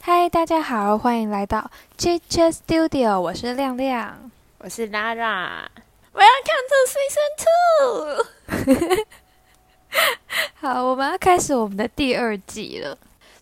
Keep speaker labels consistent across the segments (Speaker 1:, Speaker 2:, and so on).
Speaker 1: 嗨，大家好，欢迎来到 Chit Chat Studio，我是亮亮。
Speaker 2: 我是 Lara。Welcome to Season Two。
Speaker 1: 好，我们要开始我们的第二季了。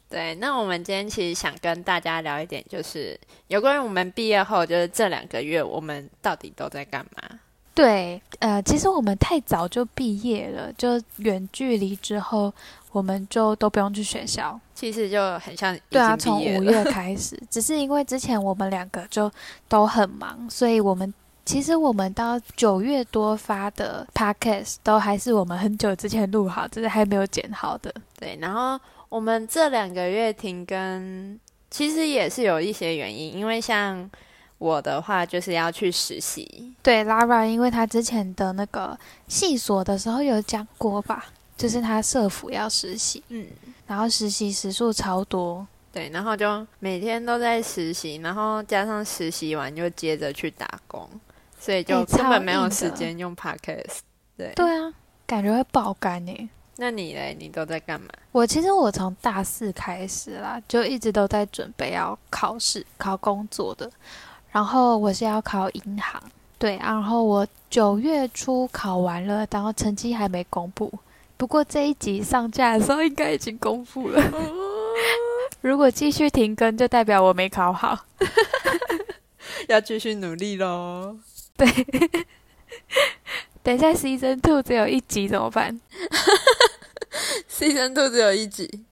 Speaker 2: 对，那我们今天其实想跟大家聊一点，就是有关于我们毕业后，就是这两个月我们到底都在干嘛？
Speaker 1: 对，呃，其实我们太早就毕业了，就远距离之后，我们就都不用去学校。
Speaker 2: 其实就很像已
Speaker 1: 对啊，
Speaker 2: 经
Speaker 1: 从
Speaker 2: 毕业
Speaker 1: 五
Speaker 2: 了。
Speaker 1: 月开始，只是因为之前我们两个就都很忙，所以我们其实我们到九月多发的 podcast 都还是我们很久之前录好，只是还没有剪好的。
Speaker 2: 对，然后我们这两个月停更，其实也是有一些原因，因为像我的话，就是要去实习。
Speaker 1: 对，Lara，因为她之前的那个系所的时候有讲过吧，就是她社服要实习，
Speaker 2: 嗯，
Speaker 1: 然后实习时数超多。
Speaker 2: 对，然后就每天都在实习，然后加上实习完就接着去打工，所以就
Speaker 1: 哎
Speaker 2: 根本
Speaker 1: 超
Speaker 2: 没有
Speaker 1: 硬
Speaker 2: 时
Speaker 1: 的
Speaker 2: 间用 podcast。对，
Speaker 1: 对啊，感觉会爆肝欸诶、
Speaker 2: 那你嘞？你都在干嘛？
Speaker 1: 我其实我从大四开始啦，就一直都在准备要考试、考工作的。然后我是要考银行，对，啊然后我九月初考完了，然后成绩还没公布。不过这一集上架的时候应该已经公布了。 如果继续停更，就代表我没考好。
Speaker 2: 要继续努 力喽。
Speaker 1: 等一下 season two 只有一集怎么办？
Speaker 2: season two 只有一集。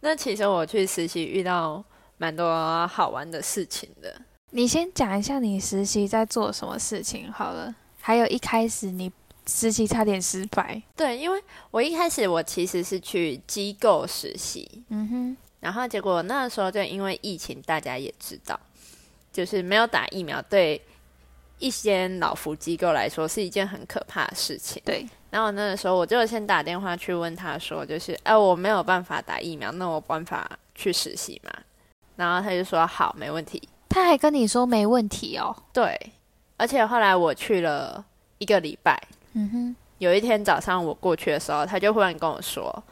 Speaker 2: 那其实我去实习遇到蛮多好玩的事情的。
Speaker 1: 你先讲一下你实习在做什么事情好了。还有一开始你实习差点失败。
Speaker 2: 对，因为我一开始我其实是去机构实习，
Speaker 1: 嗯哼。
Speaker 2: 然后结果那时候就因为疫情，大家也知道，就是没有打疫苗对一些老福机构来说是一件很可怕的事情。
Speaker 1: 对，
Speaker 2: 然后那个时候我就先打电话去问他说，就是哎、我没有办法打疫苗，那我有办法去实习嘛？然后他就说好，没问题。
Speaker 1: 他还跟你说没问题哦。
Speaker 2: 对，而且后来我去了一个礼拜，
Speaker 1: 嗯哼，
Speaker 2: 有一天早上我过去的时候，他就忽然跟我说，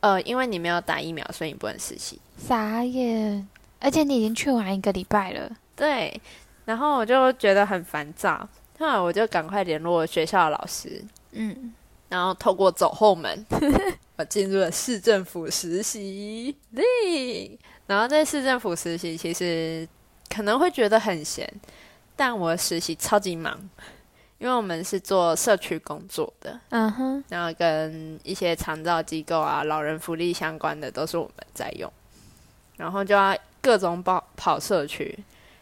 Speaker 2: 呃，因为你没有打疫苗，所以你不能实习。
Speaker 1: 傻眼。而且你已经去玩一个礼拜了。
Speaker 2: 对，然后我就觉得很烦躁，后来我就赶快联络学校的老师，
Speaker 1: 嗯，
Speaker 2: 然后透过走后门， 我进入了市政府实习。对，然后在市政府实习，其实可能会觉得很闲，但我实习超级忙，因为我们是做社区工作的，
Speaker 1: 嗯哼，
Speaker 2: 然后跟一些长照机构啊、老人福利相关的都是我们在用，然后就要各种跑跑社区。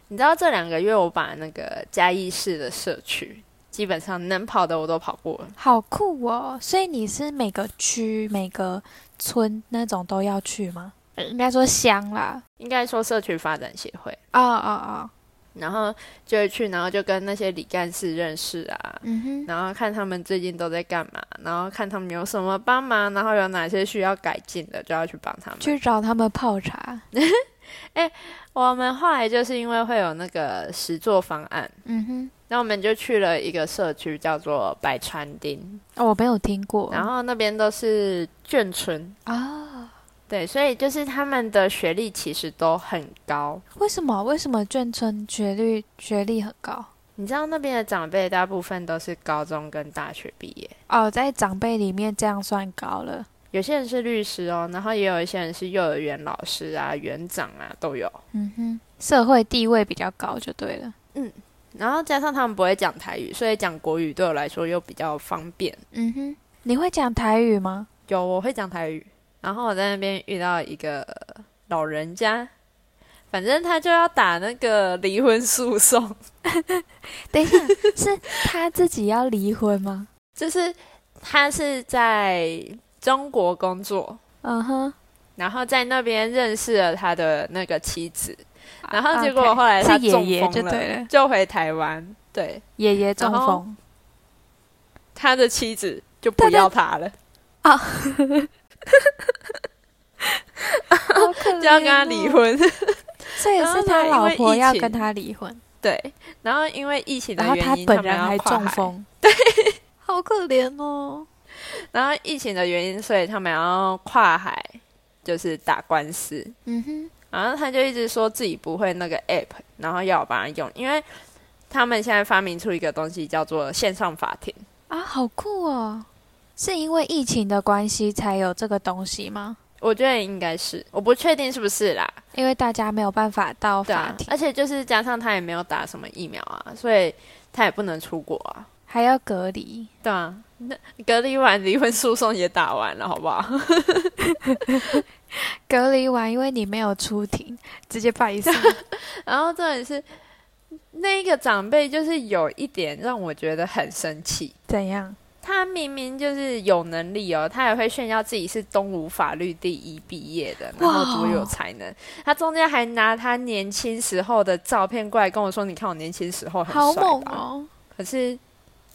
Speaker 2: 你知道这两个月我把那个嘉义市的社区，基本上能跑的我都跑过了。
Speaker 1: 好酷哦。所以你是每个区、每个村那种都要去吗？呃应该说乡啦。
Speaker 2: 应该说社区发展协会，
Speaker 1: 哦哦哦，
Speaker 2: 然后就会去，然后就跟那些李干事认识啊，
Speaker 1: 嗯哼，
Speaker 2: 然后看他们最近都在干嘛，然后看他们有什么帮忙，然后有哪些需要改进的，就要去帮他们。
Speaker 1: 去找他们泡茶。
Speaker 2: 我们后来就是因为会有那个实作方案，
Speaker 1: 嗯哼，
Speaker 2: 那我们就去了一个社区叫做百川町，
Speaker 1: 哦、我没有听过。
Speaker 2: 然后那边都是眷村，
Speaker 1: 啊、
Speaker 2: 对，所以就是他们的学历其实都很高。
Speaker 1: 为什么？为什么眷村学历学历很高？
Speaker 2: 你知道那边的长辈大部分都是高中跟大学毕业，
Speaker 1: 哦，在长辈里面这样算高了。
Speaker 2: 有些人是律师哦，然后也有一些人是幼儿园老师啊、园长啊都有。
Speaker 1: 嗯哼，社会地位比较高就对了。
Speaker 2: 然后加上他们不会讲台语，所以讲国语对我来说又比较方便。
Speaker 1: 嗯哼，你会讲台语吗？
Speaker 2: 有我会讲台语，然后我在那边遇到一个老人家，反正他就要打那个离婚诉讼，
Speaker 1: 等一下，是他自己要离婚吗？
Speaker 2: 就是他是在中国工作，
Speaker 1: 嗯哼，
Speaker 2: 然后在那边认识了他的那个妻子，然后结
Speaker 1: 啊 OK，
Speaker 2: 果后来他
Speaker 1: 是爷爷
Speaker 2: 中
Speaker 1: 就
Speaker 2: 风了
Speaker 1: 对了，
Speaker 2: 就回台湾，对。
Speaker 1: 爷爷中
Speaker 2: 然后
Speaker 1: 风，
Speaker 2: 他的妻子就不要他了，
Speaker 1: 好可怜哦
Speaker 2: 就要跟他离，婚。
Speaker 1: 所以是他老婆要跟他离婚，
Speaker 2: 对，然后因为疫情的
Speaker 1: 然后
Speaker 2: 原因，
Speaker 1: 本
Speaker 2: 们
Speaker 1: 人
Speaker 2: 要
Speaker 1: 还
Speaker 2: 跨
Speaker 1: 中
Speaker 2: 海。
Speaker 1: 风，对，好可怜哦。
Speaker 2: 然后疫情的原因，所以他们要跨海，就是打官司。
Speaker 1: 嗯哼，
Speaker 2: 然后他就一直说自己不会那个 app，然后要我帮他用，因为他们现在发明出一个东西叫做线上法庭。
Speaker 1: 啊，好酷哦！是因为疫情的关系才有这个东西吗？
Speaker 2: 我觉得应该是，我不确定是不是啦。
Speaker 1: 因为大家没有办法到
Speaker 2: 对
Speaker 1: 法
Speaker 2: 啊
Speaker 1: 庭，，
Speaker 2: 而且就是加上他也没有打什么疫苗啊，所以他也不能出国啊。
Speaker 1: 还要隔离。
Speaker 2: 对啊，那隔离完离婚诉讼也打完了，好不好？
Speaker 1: 隔离完，因为你没有出庭，直接败 诉。
Speaker 2: 然后重点是，那一个长辈就是有一点让我觉得很生气。
Speaker 1: 怎样？
Speaker 2: 他明明就是有能力哦，他也会炫耀自己是东吴法律第一毕业的，然后多有才能。他中间还拿他年轻时候的照片过来跟我说：“你看我年轻时候很
Speaker 1: 好
Speaker 2: 帅吧
Speaker 1: 猛哦！
Speaker 2: 可是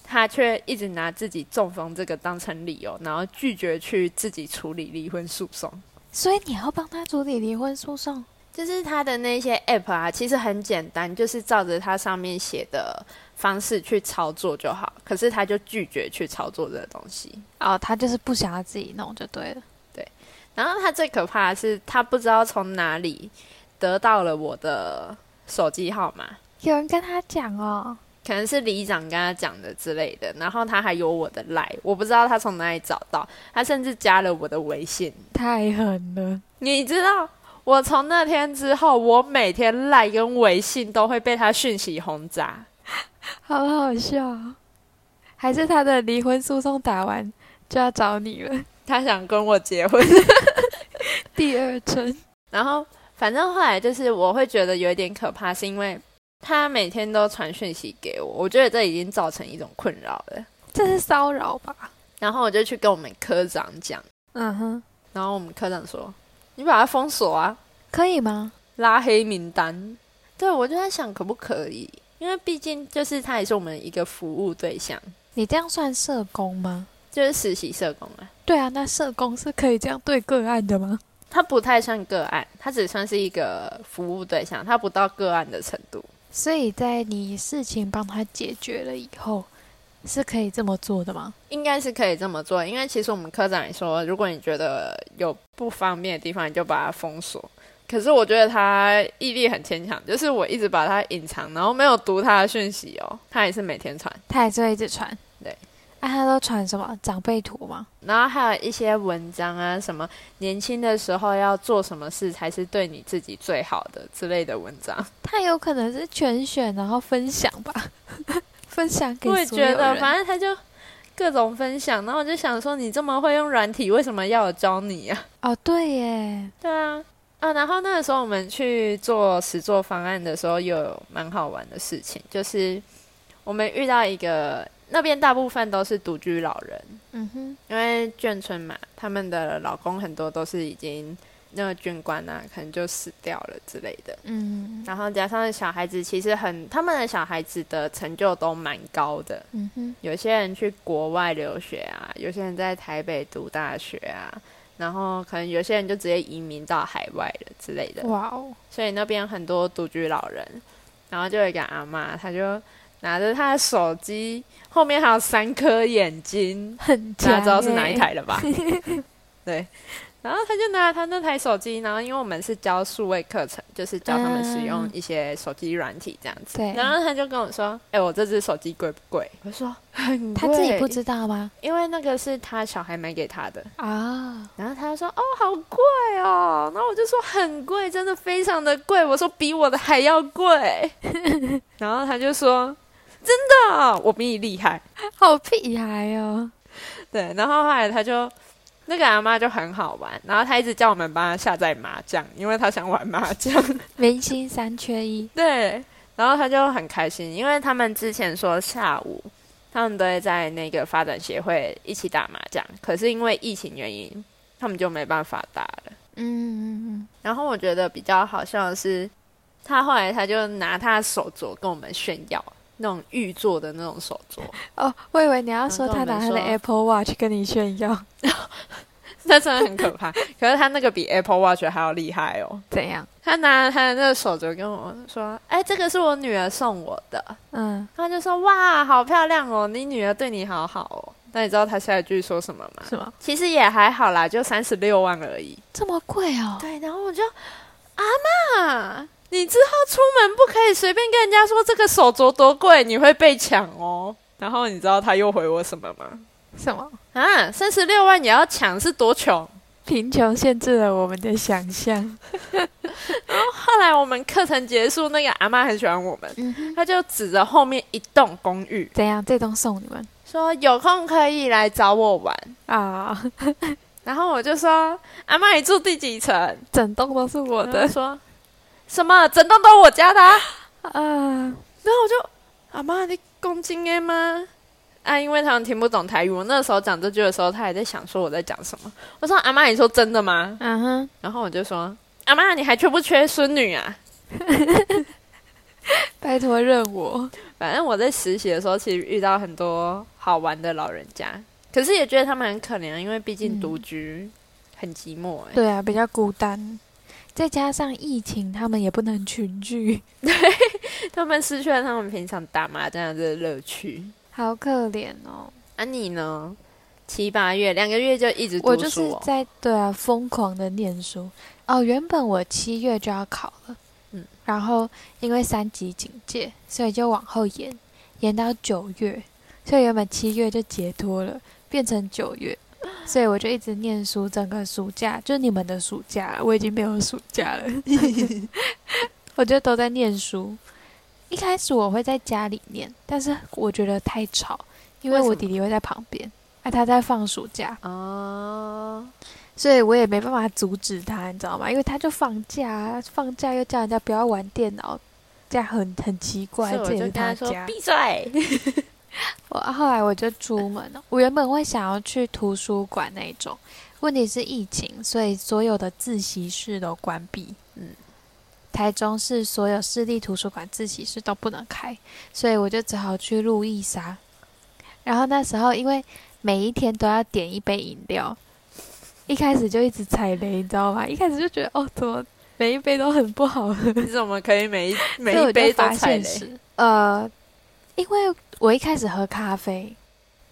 Speaker 2: 他却一直拿自己中风这个当成理由，然后拒绝去自己处理离婚诉讼。
Speaker 1: 所以你要帮他处理离婚诉讼？
Speaker 2: 就是他的那些 app 啊，其实很简单，就是照着它上面写的方式去操作就好。可是他就拒绝去操作这个东西。
Speaker 1: 哦，他就是不想要自己弄就对了。
Speaker 2: 然后他最可怕的是，他不知道从哪里得到了我的手机号码，
Speaker 1: 有人跟他讲哦，
Speaker 2: 可能是里长跟他讲的之类的。然后他还有我的 line，我不知道他从哪里找到，他甚至加了我的微信。
Speaker 1: 太狠了。
Speaker 2: 你知道，我从那天之后，我每天赖跟微信都会被他讯息轰炸。
Speaker 1: 好好笑哦，还是他的离婚诉讼打完就要找你了？
Speaker 2: 他想跟我结婚，
Speaker 1: 第二春
Speaker 2: 然后反正后来就是我会觉得有一点可怕，是因为他每天都传讯息给我，我觉得这已经造成一种困扰了。
Speaker 1: 这是骚扰吧？
Speaker 2: 然后我就去跟我们科长讲，
Speaker 1: 嗯哼，
Speaker 2: 然后我们科长说：“你把他封锁啊，
Speaker 1: 可以吗？
Speaker 2: 拉黑名单。”对，我就在想可不可以，因为毕竟就是他也是我们一个服务对象，
Speaker 1: 你这样算社工吗？
Speaker 2: 就是实习社工啊。
Speaker 1: 对啊，那社工是可以这样对个案的吗？
Speaker 2: 他不太算个案，他只算是一个服务对象，他不到个案的程度。
Speaker 1: 所以在你事情帮他解决了以后，是可以这么做的吗？
Speaker 2: 应该是可以这么做，因为其实我们科长也说，如果你觉得有不方便的地方，你就把它封锁。可是我觉得他毅力很坚强，就是我一直把它隐藏，然后没有读他的讯息哦，他也是每天传，
Speaker 1: 他还是会一直传，
Speaker 2: 对，
Speaker 1: 啊，他都传什么长辈图吗？
Speaker 2: 然后还有一些文章啊，什么年轻的时候要做什么事才是对你自己最好的之类的文章。
Speaker 1: 他有可能是全选然后分享吧， 分享给
Speaker 2: 我也
Speaker 1: 所有
Speaker 2: 觉得，
Speaker 1: 人
Speaker 2: 反正他就各种分享，然后我就想说，你这么会用软体，为什么要我教你啊呀、
Speaker 1: 哦，对耶，
Speaker 2: 对啊，啊，然后那个时候我们去做实作方案的时候，有蛮好玩的事情，就是我们遇到一个那边大部分都是独居老人，
Speaker 1: 嗯哼，
Speaker 2: 因为眷村嘛，他们的老公很多都是已经那个军官啊，可能就死掉了之类的。
Speaker 1: 嗯
Speaker 2: 然后加上小孩子，其实很他们的小孩子的成就都蛮高的，
Speaker 1: 嗯哼，
Speaker 2: 有些人去国外留学啊，有些人在台北读大学啊，然后可能有些人就直接移民到海外了之类的，
Speaker 1: 哇哦，
Speaker 2: 所以那边很多独居老人，然后就有一个阿妈，她就拿着她的手机，后面还有三颗眼睛，
Speaker 1: 很
Speaker 2: 大家
Speaker 1: 强
Speaker 2: 知道是哪一
Speaker 1: 耶？
Speaker 2: 台了吧？ 对，然后他就拿他那台手机，然后因为我们是教数位课程，就是教他们使用
Speaker 1: 嗯
Speaker 2: 一些手机软体这样子。
Speaker 1: 对
Speaker 2: 然后他就跟我说：“哎、我这只手机贵不贵？”我说：“很贵。”
Speaker 1: 他自己不，知道吗？
Speaker 2: 因为那个是他小孩买给他的。
Speaker 1: 啊，
Speaker 2: 然后他就说：“哦，好贵哦。”然后我就说：“很贵，真的非常的贵。”我说：“比我的还要贵。”然后他就说：“真的，我比你厉害。”
Speaker 1: 好屁孩哦！
Speaker 2: 对，然后后来他就那个阿妈就很好玩，然后他一直叫我们帮他下载麻将，因为他想玩麻将。
Speaker 1: 明星三缺一，
Speaker 2: 对，然后他就很开心，因为他们之前说下午他们都会在那个发展协会一起打麻将，可是因为疫情原因，他们就没办法打了。
Speaker 1: 嗯嗯嗯，
Speaker 2: 然后我觉得比较好笑的是，他后来他就拿他的手镯跟我们炫耀。那种玉做的那种手镯，
Speaker 1: 哦，我以为你要说
Speaker 2: 然后
Speaker 1: 他
Speaker 2: 啊跟我
Speaker 1: 拿
Speaker 2: 们
Speaker 1: 他的
Speaker 2: 说
Speaker 1: Apple Watch 跟你炫耀，
Speaker 2: 那真的很可怕。可是他那个比 Apple Watch 还要厉害哦。
Speaker 1: 怎样？
Speaker 2: 他拿了他的那个手镯跟我说：“哎，这个是我女儿送我的。
Speaker 1: 嗯，”
Speaker 2: 他就说：“哇，好漂亮哦，你女儿对你好好哦。”那你知道他下一句说什么 吗？
Speaker 1: 什么
Speaker 2: 其实也还好啦，就三十六万而已。
Speaker 1: 这么贵哦？
Speaker 2: 对，然后我就啊，你之后出门不可以随便跟人家说这个手镯多贵，你会被抢哦。”然后你知道他又回我什么吗？
Speaker 1: 什么？
Speaker 2: 啊，三十六万也要抢，是多穷？
Speaker 1: 贫穷限制了我们的想象。
Speaker 2: 后来我们课程结束，那个阿妈很喜欢我们，
Speaker 1: 嗯哼，
Speaker 2: 她就指着后面一栋公寓
Speaker 1: 怎样？这栋送你们
Speaker 2: 说：“有空可以来找我玩。
Speaker 1: 啊、”
Speaker 2: 然后我就说：“阿妈，你住第几层？”
Speaker 1: 整栋都是我
Speaker 2: 我的
Speaker 1: 的。
Speaker 2: 说：“什么？整栋都我家的、啊？”
Speaker 1: 啊，
Speaker 2: 然后我就阿妈你公斤诶吗？啊，因为他们听不懂台语，我那时候讲这句的时候，他还在想说我在讲什么。我说阿妈，你说真的吗？
Speaker 1: 嗯哼，
Speaker 2: 然后我就说阿妈，你还缺不缺孙女啊？
Speaker 1: 拜托认我。
Speaker 2: 反正我在实习的时候，其实遇到很多好玩的老人家，可是也觉得他们很可怜，啊因为毕竟
Speaker 1: 嗯
Speaker 2: 独居、很寂寞、欸。
Speaker 1: 对啊，比较孤单，再加上疫情，他们也不能群聚，
Speaker 2: 他们失去了他们平常打麻将的乐趣。
Speaker 1: 好可怜哦。
Speaker 2: 啊，你呢？七八月两个月就一直
Speaker 1: 我
Speaker 2: 读
Speaker 1: 就是
Speaker 2: 书哦、
Speaker 1: 在对啊，疯狂的念书。哦，原本我七月就要考了，
Speaker 2: 嗯
Speaker 1: 嗯，然后因为三级警戒，所以就往后延，延到九月，所以原本七月就解脱了，变成九月，所以我就一直念书，整个暑假就是你们的暑假，我已经没有暑假 了，我就都在念书。一开始我会在家里念，但是我觉得太吵，因为
Speaker 2: 为什
Speaker 1: 我
Speaker 2: 么
Speaker 1: 弟弟会在旁边，哎、他在放暑假，
Speaker 2: 哦，
Speaker 1: 所以我也没办法阻止他，你知道吗？因为他就放假啊，放假又叫人家不要玩电脑，这样很很奇怪。
Speaker 2: 所以我
Speaker 1: 这
Speaker 2: 就
Speaker 1: 也是
Speaker 2: 跟
Speaker 1: 他
Speaker 2: 他说
Speaker 1: 家。
Speaker 2: 闭 嘴。
Speaker 1: 我后来我就出门了，我原本会想要去图书馆那一种，问题是疫情，所以所有的自习室都关闭。
Speaker 2: 嗯
Speaker 1: 嗯，台中市所有市立图书馆自习室都不能开，所以我就只好去路易莎。然后那时候因为每一天都要点一杯饮料，一开始就一直踩雷，你知道吗？一开始就觉得哦，怎么每一杯都很不好喝。
Speaker 2: 你怎么可以每一每
Speaker 1: 所以
Speaker 2: 一
Speaker 1: 我就
Speaker 2: 杯都
Speaker 1: 发
Speaker 2: 踩
Speaker 1: 现
Speaker 2: 雷？
Speaker 1: 是呃，因为我一开始喝咖啡，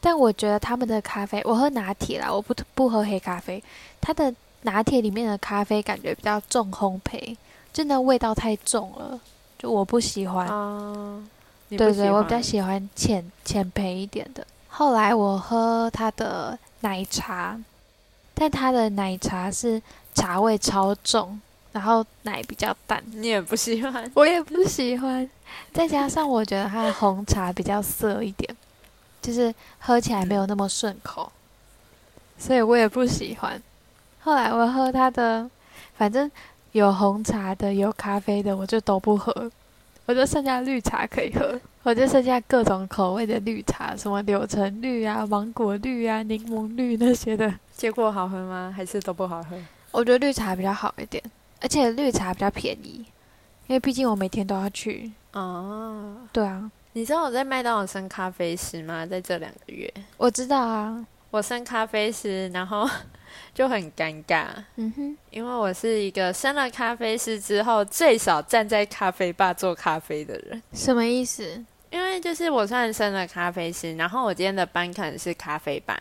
Speaker 1: 但我觉得他们的咖啡，我喝拿铁啦，我不不喝黑咖啡，它的拿铁里面的咖啡感觉比较重烘焙，真的味道太重了，就我不喜欢。
Speaker 2: 哦，你
Speaker 1: 对
Speaker 2: 不喜
Speaker 1: 对，我比较
Speaker 2: 欢
Speaker 1: 喜欢浅浅焙一点的。后来我喝它的奶茶，但它的奶茶是茶味超重，然后奶比较淡。
Speaker 2: 你也不喜欢。
Speaker 1: 我也不喜欢，再加上我觉得它的红茶比较涩一点，就是喝起来没有那么顺口，所以我也不喜欢。后来我喝它的，反正有红茶的，有咖啡的，我就都不喝，我就剩下绿茶可以喝，我就剩下各种口味的绿茶，什么柳橙绿啊、芒果绿啊、柠檬绿那些的。
Speaker 2: 结果好喝吗？还是都不好喝？
Speaker 1: 我觉得绿茶比较好一点，而且绿茶比较便宜，因为毕竟我每天都要去。
Speaker 2: 哦，
Speaker 1: 对啊，
Speaker 2: 你知道我在麦当劳升咖啡师吗？在这两个月，
Speaker 1: 我知道啊，
Speaker 2: 我升咖啡师，然后就很尴尬，
Speaker 1: 嗯哼，
Speaker 2: 因为我是一个升了咖啡师之后最少站在咖啡吧做咖啡的人。
Speaker 1: 什么意思？
Speaker 2: 因为就是我虽然升了咖啡师，然后我今天的班可能是咖啡班，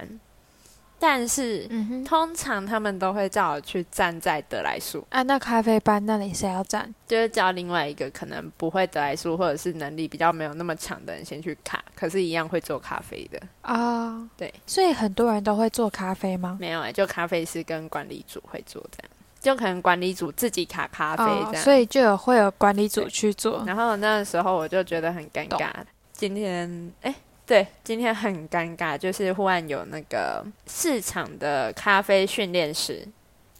Speaker 2: 但是
Speaker 1: 嗯哼，
Speaker 2: 通常他们都会叫我去站在德莱树，
Speaker 1: 啊，那咖啡班那里谁要站？
Speaker 2: 就是叫另外一个可能不会德莱树或者是能力比较没有那么强的人先去卡，可是一样会做咖啡的。
Speaker 1: 啊、
Speaker 2: 对，
Speaker 1: 所以很多人都会做咖啡吗？
Speaker 2: 没有欸，就咖啡师跟管理组会做这样，就可能管理组自己卡咖啡
Speaker 1: 哦
Speaker 2: 这样。
Speaker 1: 所以就有会有管理组
Speaker 2: 对
Speaker 1: 去做。
Speaker 2: 然后那时候我就觉得很尴尬。今天，哎，对，今天很尴尬，就是忽然有那个市场的咖啡训练师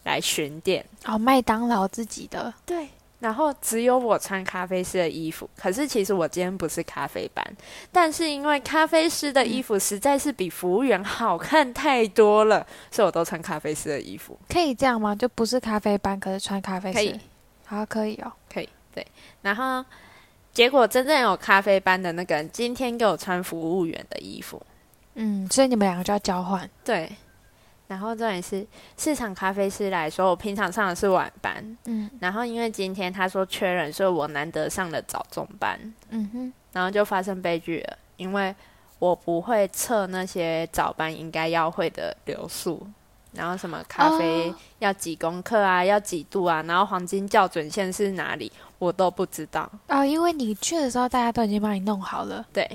Speaker 2: 来巡店，
Speaker 1: 哦，麦当劳自己的，
Speaker 2: 对，然后只有我穿咖啡师的衣服，可是其实我今天不是咖啡班，嗯但是因为咖啡师的衣服实在是比服务员好看太多了，所以我都穿咖啡师的衣服。
Speaker 1: 可以这样吗？就不是咖啡班，可是穿咖啡
Speaker 2: 可以
Speaker 1: 是？好，可以哦。
Speaker 2: 然后结果真正有咖啡班的那个人，今天给我穿服务员的衣服，
Speaker 1: 嗯，所以你们两个就要交换。
Speaker 2: 对，然后重点是市场咖啡师来说，我平常上的是晚班，
Speaker 1: 嗯
Speaker 2: 然后因为今天他说缺人，所以我难得上了早中班，
Speaker 1: 嗯哼，
Speaker 2: 然后就发生悲剧了，因为我不会测那些早班应该要会的流速，然后什么咖啡要几公克啊，要几度啊，然后黄金校准线是哪里，我都不知道。
Speaker 1: 啊、因为你去的时候大家都已经帮你弄好了，
Speaker 2: 对，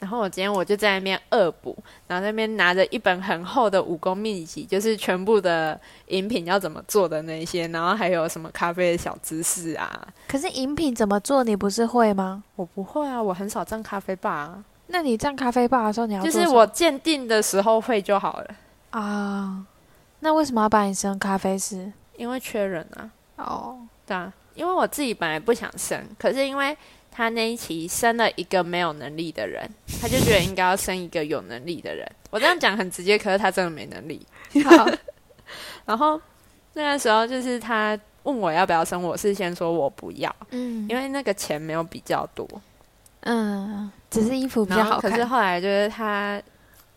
Speaker 2: 然后我今天我就在那边恶补，然后在那边拿着一本很厚的武功秘籍，就是全部的饮品要怎么做的那一些，然后还有什么咖啡的小知识啊。
Speaker 1: 可是饮品怎么做你不是会吗？
Speaker 2: 我不会啊，我很少蘸咖啡吧、
Speaker 1: 那你蘸咖啡吧的时候你要
Speaker 2: 就
Speaker 1: 做
Speaker 2: 是
Speaker 1: 什么
Speaker 2: 我鉴定的时候会就好了，
Speaker 1: 啊，那为什么要把你升咖啡师？
Speaker 2: 因为缺人啊。
Speaker 1: 哦，
Speaker 2: 对啊，因为我自己本来不想生，可是因为他那一期生了一个没有能力的人，他就觉得应该要生一个有能力的人。我这样讲很直接，可是他真的没能力。
Speaker 1: 好，
Speaker 2: 然后那个时候就是他问我要不要生，我是先说我不要，
Speaker 1: 嗯，
Speaker 2: 因为那个钱没有比较多。
Speaker 1: 嗯，只是衣服比较
Speaker 2: 然后
Speaker 1: 好
Speaker 2: 可
Speaker 1: 看
Speaker 2: 是。后来就是他，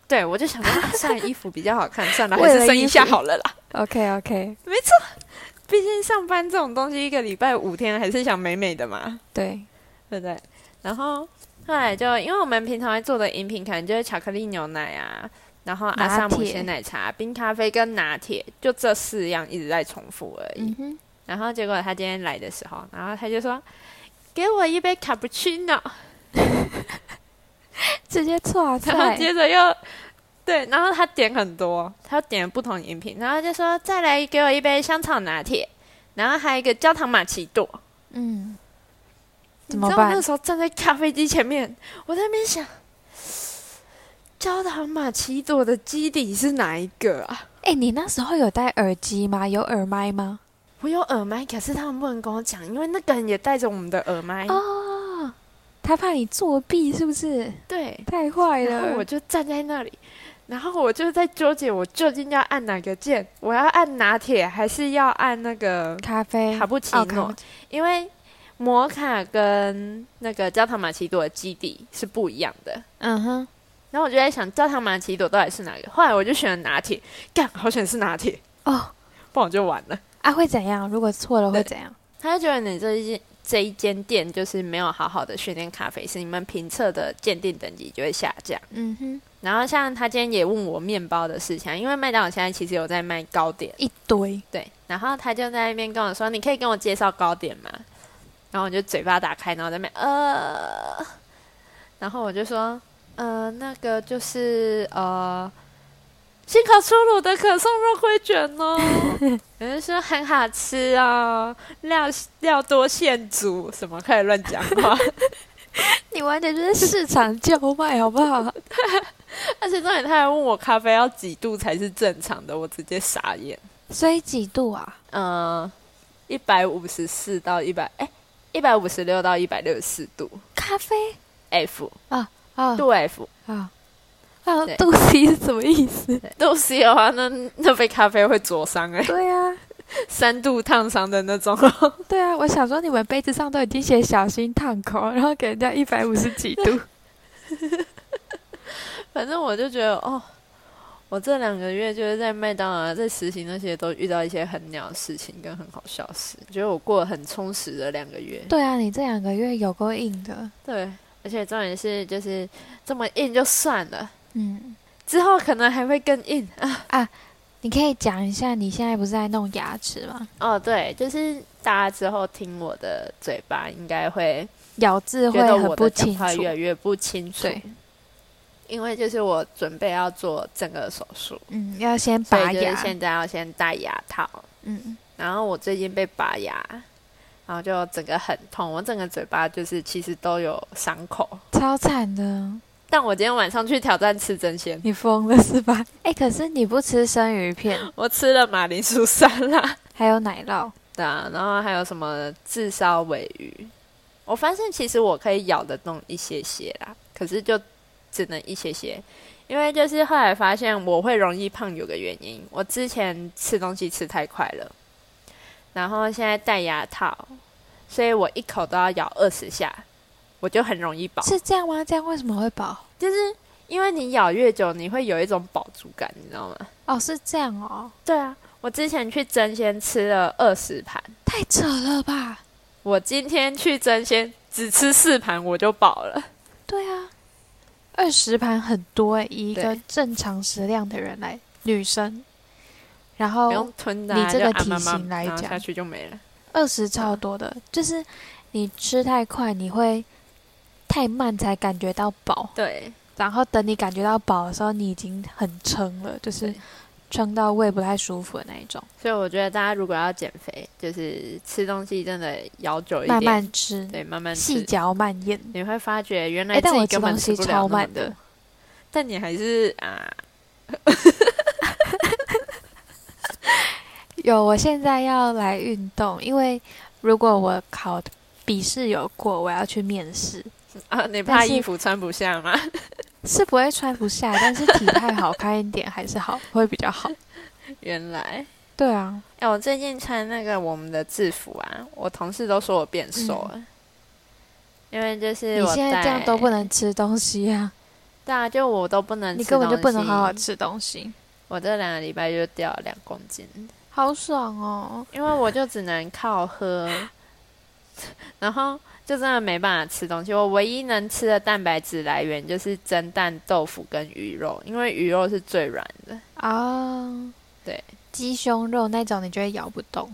Speaker 2: 对我就想说，啊算了，衣服比较好看，算了，
Speaker 1: 为
Speaker 2: 还是
Speaker 1: 了
Speaker 2: 生
Speaker 1: 衣
Speaker 2: 一下
Speaker 1: 服
Speaker 2: 好了啦。
Speaker 1: OK OK，
Speaker 2: 毕竟上班这种东西，一个礼拜五天，还是想美美的嘛。
Speaker 1: 对，
Speaker 2: 对不对？然后后来就因为我们平常会做的饮品，可能就是巧克力牛奶啊，然后阿萨姆
Speaker 1: 拿铁
Speaker 2: 鲜奶茶、冰咖啡跟拿铁，就这四样一直在重复而已。
Speaker 1: 嗯哼，
Speaker 2: 然后结果他今天来的时候，然后他就说：“给我一杯卡布奇 诺。”
Speaker 1: 直接错啊
Speaker 2: 然后
Speaker 1: 菜，
Speaker 2: 接着又对，然后他点很多，他点不同饮品，然后就说：“再来给我一杯香草拿铁。”然后还有一个焦糖玛奇朵，
Speaker 1: 嗯，
Speaker 2: 你
Speaker 1: 怎么
Speaker 2: 知道我
Speaker 1: 办
Speaker 2: 那？时候站在咖啡机前面，我在那边想，焦糖玛奇朵的基底是哪一个啊？
Speaker 1: 哎、你那时候有戴耳机吗？有耳麦吗？
Speaker 2: 我有耳麦，可是他们不能跟我讲，因为那个人也带着我们的耳麦。
Speaker 1: 哦，他怕你作弊是不是？
Speaker 2: 对，
Speaker 1: 太坏
Speaker 2: 然后
Speaker 1: 了
Speaker 2: 我！就站在那里，然后我就在纠结，我究竟要按哪个键？我要按拿铁，还是要按那个
Speaker 1: 咖啡
Speaker 2: 卡布奇
Speaker 1: 哦
Speaker 2: 诺
Speaker 1: 卡布？
Speaker 2: 因为摩卡跟那个焦糖玛奇朵的基底是不一样的。
Speaker 1: 嗯哼，
Speaker 2: 然后我就在想，焦糖玛奇朵到底是哪个？后来我就选了拿铁，干，好选是拿铁，
Speaker 1: 哦，
Speaker 2: 不然我就完了。
Speaker 1: 啊，会怎样？如果错了会
Speaker 2: 对
Speaker 1: 怎样？
Speaker 2: 他就觉得你这一间这一间店就是没有好好的训练咖啡师，你们评测的鉴定等级就会下降。
Speaker 1: 嗯哼，
Speaker 2: 然后像他今天也问我面包的事情啊，因为麦当劳现在其实有在卖糕点，
Speaker 1: 一堆，
Speaker 2: 对。然后他就在那边跟我说：“你可以跟我介绍糕点吗？”然后我就嘴巴打开，然后在那边呃，然后我就说：“呃，那个就是呃，新烤出炉的可颂肉桂卷哦。”有人说很好吃哦，料料多现煮，什么开始乱讲话。
Speaker 1: 你完全就是市场叫卖，好不好？
Speaker 2: 而且重点，他还问我咖啡要几度才是正常的，我直接傻眼。
Speaker 1: 所以几度啊？
Speaker 2: 嗯，一百五十四到一百，哎，一百五十六到一百六十四度
Speaker 1: 咖啡
Speaker 2: F
Speaker 1: 啊
Speaker 2: 度 F
Speaker 1: 啊啊
Speaker 2: 对！
Speaker 1: 肚脐是什么意思？
Speaker 2: 度 C 的话，那那杯咖啡会灼伤哎、
Speaker 1: 对啊，
Speaker 2: 三度烫伤的那种。
Speaker 1: 对啊，我想说你们杯子上都已经写小心烫口，然后给人家一百五十几度。
Speaker 2: 反正我就觉得，哦，我这两个月就是在麦当劳在实习那些，都遇到一些很鸟的事情跟很好笑的事，觉得我过得很充实的两个月。
Speaker 1: 对啊，你这两个月有够硬的。
Speaker 2: 对，而且重点是，就是这么硬就算了，
Speaker 1: 嗯，
Speaker 2: 之后可能还会更硬。
Speaker 1: 你可以讲一下你现在不是在弄牙齿吗？
Speaker 2: 哦，对，就是大家之后听我的嘴巴，应该会
Speaker 1: 咬字
Speaker 2: 觉
Speaker 1: 会
Speaker 2: 得
Speaker 1: 很
Speaker 2: 我
Speaker 1: 不
Speaker 2: 的讲
Speaker 1: 清
Speaker 2: 话
Speaker 1: 楚
Speaker 2: 越。来越不清楚。
Speaker 1: 对，
Speaker 2: 因为就是我准备要做整个手术，
Speaker 1: 嗯，要先
Speaker 2: 所以
Speaker 1: 拔
Speaker 2: 就是
Speaker 1: 牙。
Speaker 2: 现在要先戴牙套。
Speaker 1: 嗯，
Speaker 2: 然后我最近被拔牙，然后就整个很痛，我整个嘴巴就是其实都有伤口。
Speaker 1: 超惨的，
Speaker 2: 但我今天晚上去挑战吃真鲜，
Speaker 1: 你疯了是吧？ 哎、可是你不吃生鱼片，
Speaker 2: 我吃了马铃薯沙拉，
Speaker 1: 还有奶酪，
Speaker 2: 对啊，然后还有什么炙烧尾鱼，我发现其实我可以咬得动一些些啦，可是就只能一些些，因为就是后来发现我会容易胖有个原因，我之前吃东西吃太快了，然后现在戴牙套，所以我一口都要咬二十下，我就很容易饱，
Speaker 1: 是这样吗？这样为什么会饱？
Speaker 2: 就是因为你咬越久，你会有一种饱足感，你知道吗？
Speaker 1: 哦，是这样哦，
Speaker 2: 对啊，我之前去真鲜吃了二十盘。
Speaker 1: 太哎扯了吧？
Speaker 2: 我今天去真鲜，只吃四盘我就饱了。
Speaker 1: 对啊，二十盘很多欸以一个
Speaker 2: 对
Speaker 1: 正常食量的人来，女生。然
Speaker 2: 不
Speaker 1: 后
Speaker 2: 用吞的、啊，
Speaker 1: 哦你这个
Speaker 2: 就啊
Speaker 1: 体
Speaker 2: 慢慢
Speaker 1: 型来
Speaker 2: 拿下
Speaker 1: 讲
Speaker 2: 去就没了。
Speaker 1: 二十超多的，就是你吃太快，你会太慢才感觉到饱，
Speaker 2: 对，
Speaker 1: 然后等你感觉到饱的时候，你已经很撑了，就是
Speaker 2: 对
Speaker 1: 撑到胃不太舒服的那一种。
Speaker 2: 所以我觉得大家如果要减肥，就是吃东西真的咬久一点，
Speaker 1: 慢慢吃，
Speaker 2: 对，慢慢
Speaker 1: 细
Speaker 2: 吃，
Speaker 1: 嚼慢咽。
Speaker 2: 你会发觉原
Speaker 1: 哎、
Speaker 2: 来自
Speaker 1: 但
Speaker 2: 己
Speaker 1: 我吃
Speaker 2: 根本
Speaker 1: 东西
Speaker 2: 吃不了那
Speaker 1: 超
Speaker 2: 么
Speaker 1: 慢
Speaker 2: 多
Speaker 1: 的，
Speaker 2: 但你还是啊，
Speaker 1: 有，我现在要来运动，因为如果我考笔试有过，我要去面试，
Speaker 2: 啊，你
Speaker 1: 但
Speaker 2: 怕
Speaker 1: 是
Speaker 2: 衣服穿不下吗？
Speaker 1: 是不会穿不下，但是体态好看一点还是好，会比较好。
Speaker 2: 原来，
Speaker 1: 对啊，
Speaker 2: 哎、我最近穿那个我们的制服啊，我同事都说我变瘦了，因为就是
Speaker 1: 嗯你
Speaker 2: 我
Speaker 1: 现在这样
Speaker 2: 戴
Speaker 1: 都不，能吃东西啊，
Speaker 2: 对啊，就我都不能，
Speaker 1: 你根本就不能好好。吃东西，
Speaker 2: 我这两个礼拜就掉了两公斤，
Speaker 1: 好爽哦。
Speaker 2: 因为我就只能靠喝， 然后就真的没办法吃东西。我唯一能吃的蛋白质来源就是蒸蛋、豆腐跟鱼肉，因为鱼肉是最软的。
Speaker 1: 啊，
Speaker 2: 对，
Speaker 1: 鸡胸肉那种你就会咬不动。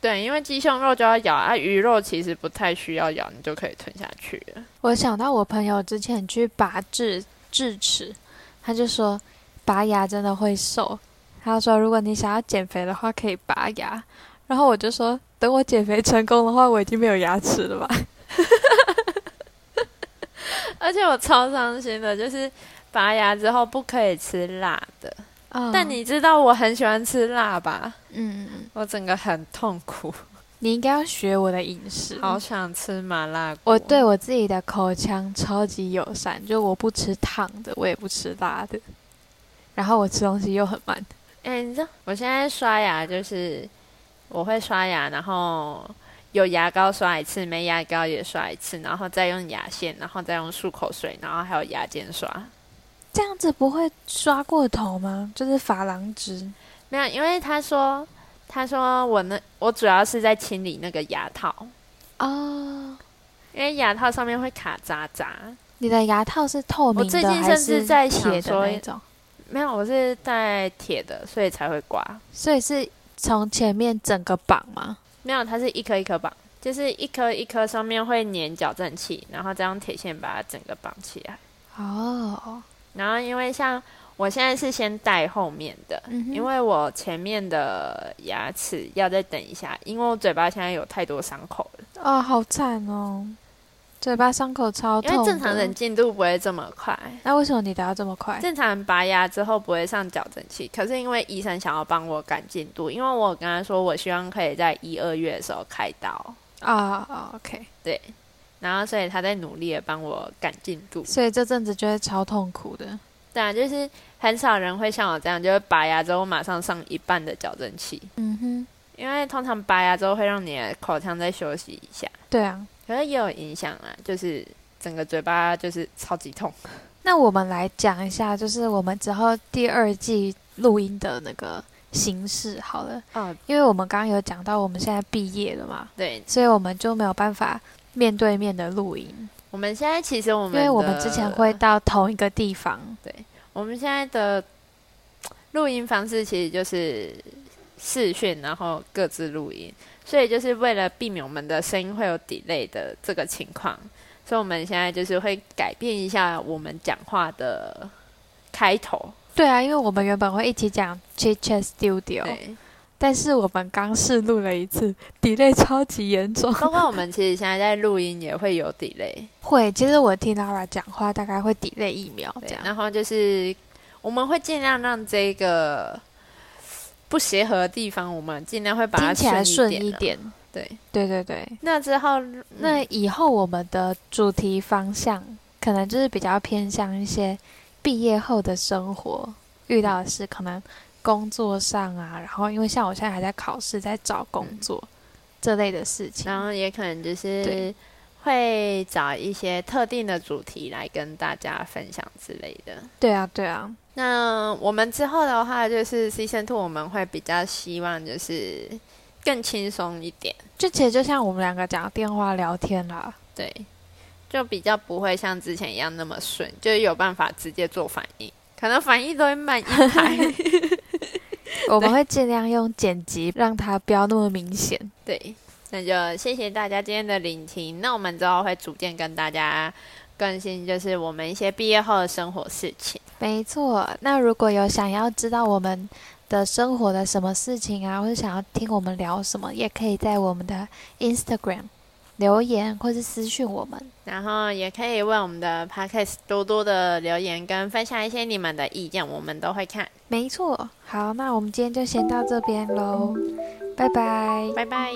Speaker 2: 对，因为鸡胸肉就要咬啊，鱼肉其实不太需要咬，你就可以吞下去了。
Speaker 1: 我想到我朋友之前去拔智智齿，他就说拔牙真的会瘦。他说如果你想要减肥的话，可以拔牙。然后我就说，等我减肥成功的话，我已经没有牙齿了吧？
Speaker 2: 而且我超伤心的，就是拔牙之后不可以吃辣的。
Speaker 1: 啊
Speaker 2: 但你知道我很喜欢吃辣吧？
Speaker 1: 嗯，嗯嗯
Speaker 2: 我整个很痛苦，
Speaker 1: 你应该要学我的饮食。
Speaker 2: 好想吃麻辣锅。
Speaker 1: 我对我自己的口腔超级友善，就我不吃烫的，我也不吃辣的，然后我吃东西又很慢。
Speaker 2: 哎、你知道我现在刷牙就是我会刷牙，然后有牙膏刷一次，没牙膏也刷一次，然后再用牙线，然后再用漱口水，然后还有牙间刷。
Speaker 1: 这样子不会刷过头吗？就是珐琅质。
Speaker 2: 没有，因为他说他说我那我主要是在清理那个牙套，
Speaker 1: 哦，
Speaker 2: 因为牙套上面会卡渣渣。
Speaker 1: 你的牙套是透明的，
Speaker 2: 我最近
Speaker 1: 还
Speaker 2: 甚
Speaker 1: 是
Speaker 2: 至在想
Speaker 1: 铁的
Speaker 2: 说
Speaker 1: 那种，
Speaker 2: 没有，我是带铁的，所以才会刮。
Speaker 1: 所以是从前面整个绑吗？
Speaker 2: 没有，它是一颗一颗绑，就是一颗一颗上面会粘矫正器，然后再用铁线把它整个绑起来。
Speaker 1: 哦，
Speaker 2: 然后因为像我现在是先戴后面的，
Speaker 1: 嗯哼
Speaker 2: 因为我前面的牙齿要再等一下，因为我嘴巴现在有太多伤口了。
Speaker 1: 哦，好惨哦，嘴巴伤口超
Speaker 2: 因
Speaker 1: 痛。
Speaker 2: 为正常人，进度不会这么快，
Speaker 1: 那为什么你的要这么快？
Speaker 2: 正常人拔牙之后不会上矫正器，可是因为医生想要帮我赶进度，因为我有跟他说我希望可以在一二月的时候开刀，
Speaker 1: 啊、哦、，OK，
Speaker 2: 然后所以他在努力的帮我赶进度。
Speaker 1: 所以这阵子就会超痛苦的。
Speaker 2: 对啊，就是很少人会像我这样，就是拔牙之后马上上一半的矫正器，
Speaker 1: 嗯哼，
Speaker 2: 因为通常拔牙之后会让你的口腔再休息一下，
Speaker 1: 对啊。
Speaker 2: 可是也有影响啊，就是整个嘴巴就是超级痛。
Speaker 1: 那我们来讲一下，就是我们之后第二季录音的那个形式好了，
Speaker 2: 哦，
Speaker 1: 因为我们刚刚有讲到我们现在毕业了嘛，
Speaker 2: 对，
Speaker 1: 所以我们就没有办法面对面的录音，
Speaker 2: 我们现在其实我
Speaker 1: 因
Speaker 2: 们
Speaker 1: 为我们
Speaker 2: 的
Speaker 1: 之前会，到同一个地方。
Speaker 2: 我们现在的录音方式其实就是视讯，然后各自录音，所以就是为了避免我们的声音会有 delay 的这个情况，所以我们现在就是会改变一下我们讲话的开头。
Speaker 1: 对啊，因为我们原本会一起讲 Chit Chat Studio，
Speaker 2: 对，
Speaker 1: 但是我们刚试录了一次，delay 超级严重。
Speaker 2: 包括我们其实现在在录音也会有 delay，
Speaker 1: 会，其实我听 Lara 讲话大概会 delay 一秒哦这
Speaker 2: 对
Speaker 1: 样。
Speaker 2: 然后就是我们会尽量让这个不协和的地方，我们尽量会把它
Speaker 1: 听起来顺
Speaker 2: 一嗯
Speaker 1: 一
Speaker 2: 啦。
Speaker 1: 点。嗯
Speaker 2: 对，
Speaker 1: 对对对，
Speaker 2: 那之后
Speaker 1: 那以后我们的主题方向可能就是比较偏向一些毕业后的生活遇到的事，可能工作上啊，然后因为像我现在还在考试，在找工作、这类的事情。
Speaker 2: 嗯然后也可能就是
Speaker 1: 对
Speaker 2: 会找一些特定的主题来跟大家分享之类的。
Speaker 1: 对啊，对啊，
Speaker 2: 那我们之后的话，就是 season two 我们会比较希望就是更轻松一点。
Speaker 1: 就其实就像我们两个讲电话聊天啊 啦，
Speaker 2: 对，就比较不会像之前一样那么顺，就是有办法直接做反应，可能反应都会慢一拍。
Speaker 1: 我们会尽量用剪辑让它不要那么明显。
Speaker 2: 对，那就谢谢大家今天的聆听。那我们之后会逐渐跟大家更新，就是我们一些毕业后的生活事情。
Speaker 1: 没错，那如果有想要知道我们的生活的什么事情啊，或者想要听我们聊什么，也可以在我们的 Instagram 留言或是私讯我们。
Speaker 2: 然后也可以为我们的 podcast 多多的留言跟分享一些你们的意见，我们都会看。
Speaker 1: 没错，好，那我们今天就先到这边喽，拜拜。
Speaker 2: 拜拜。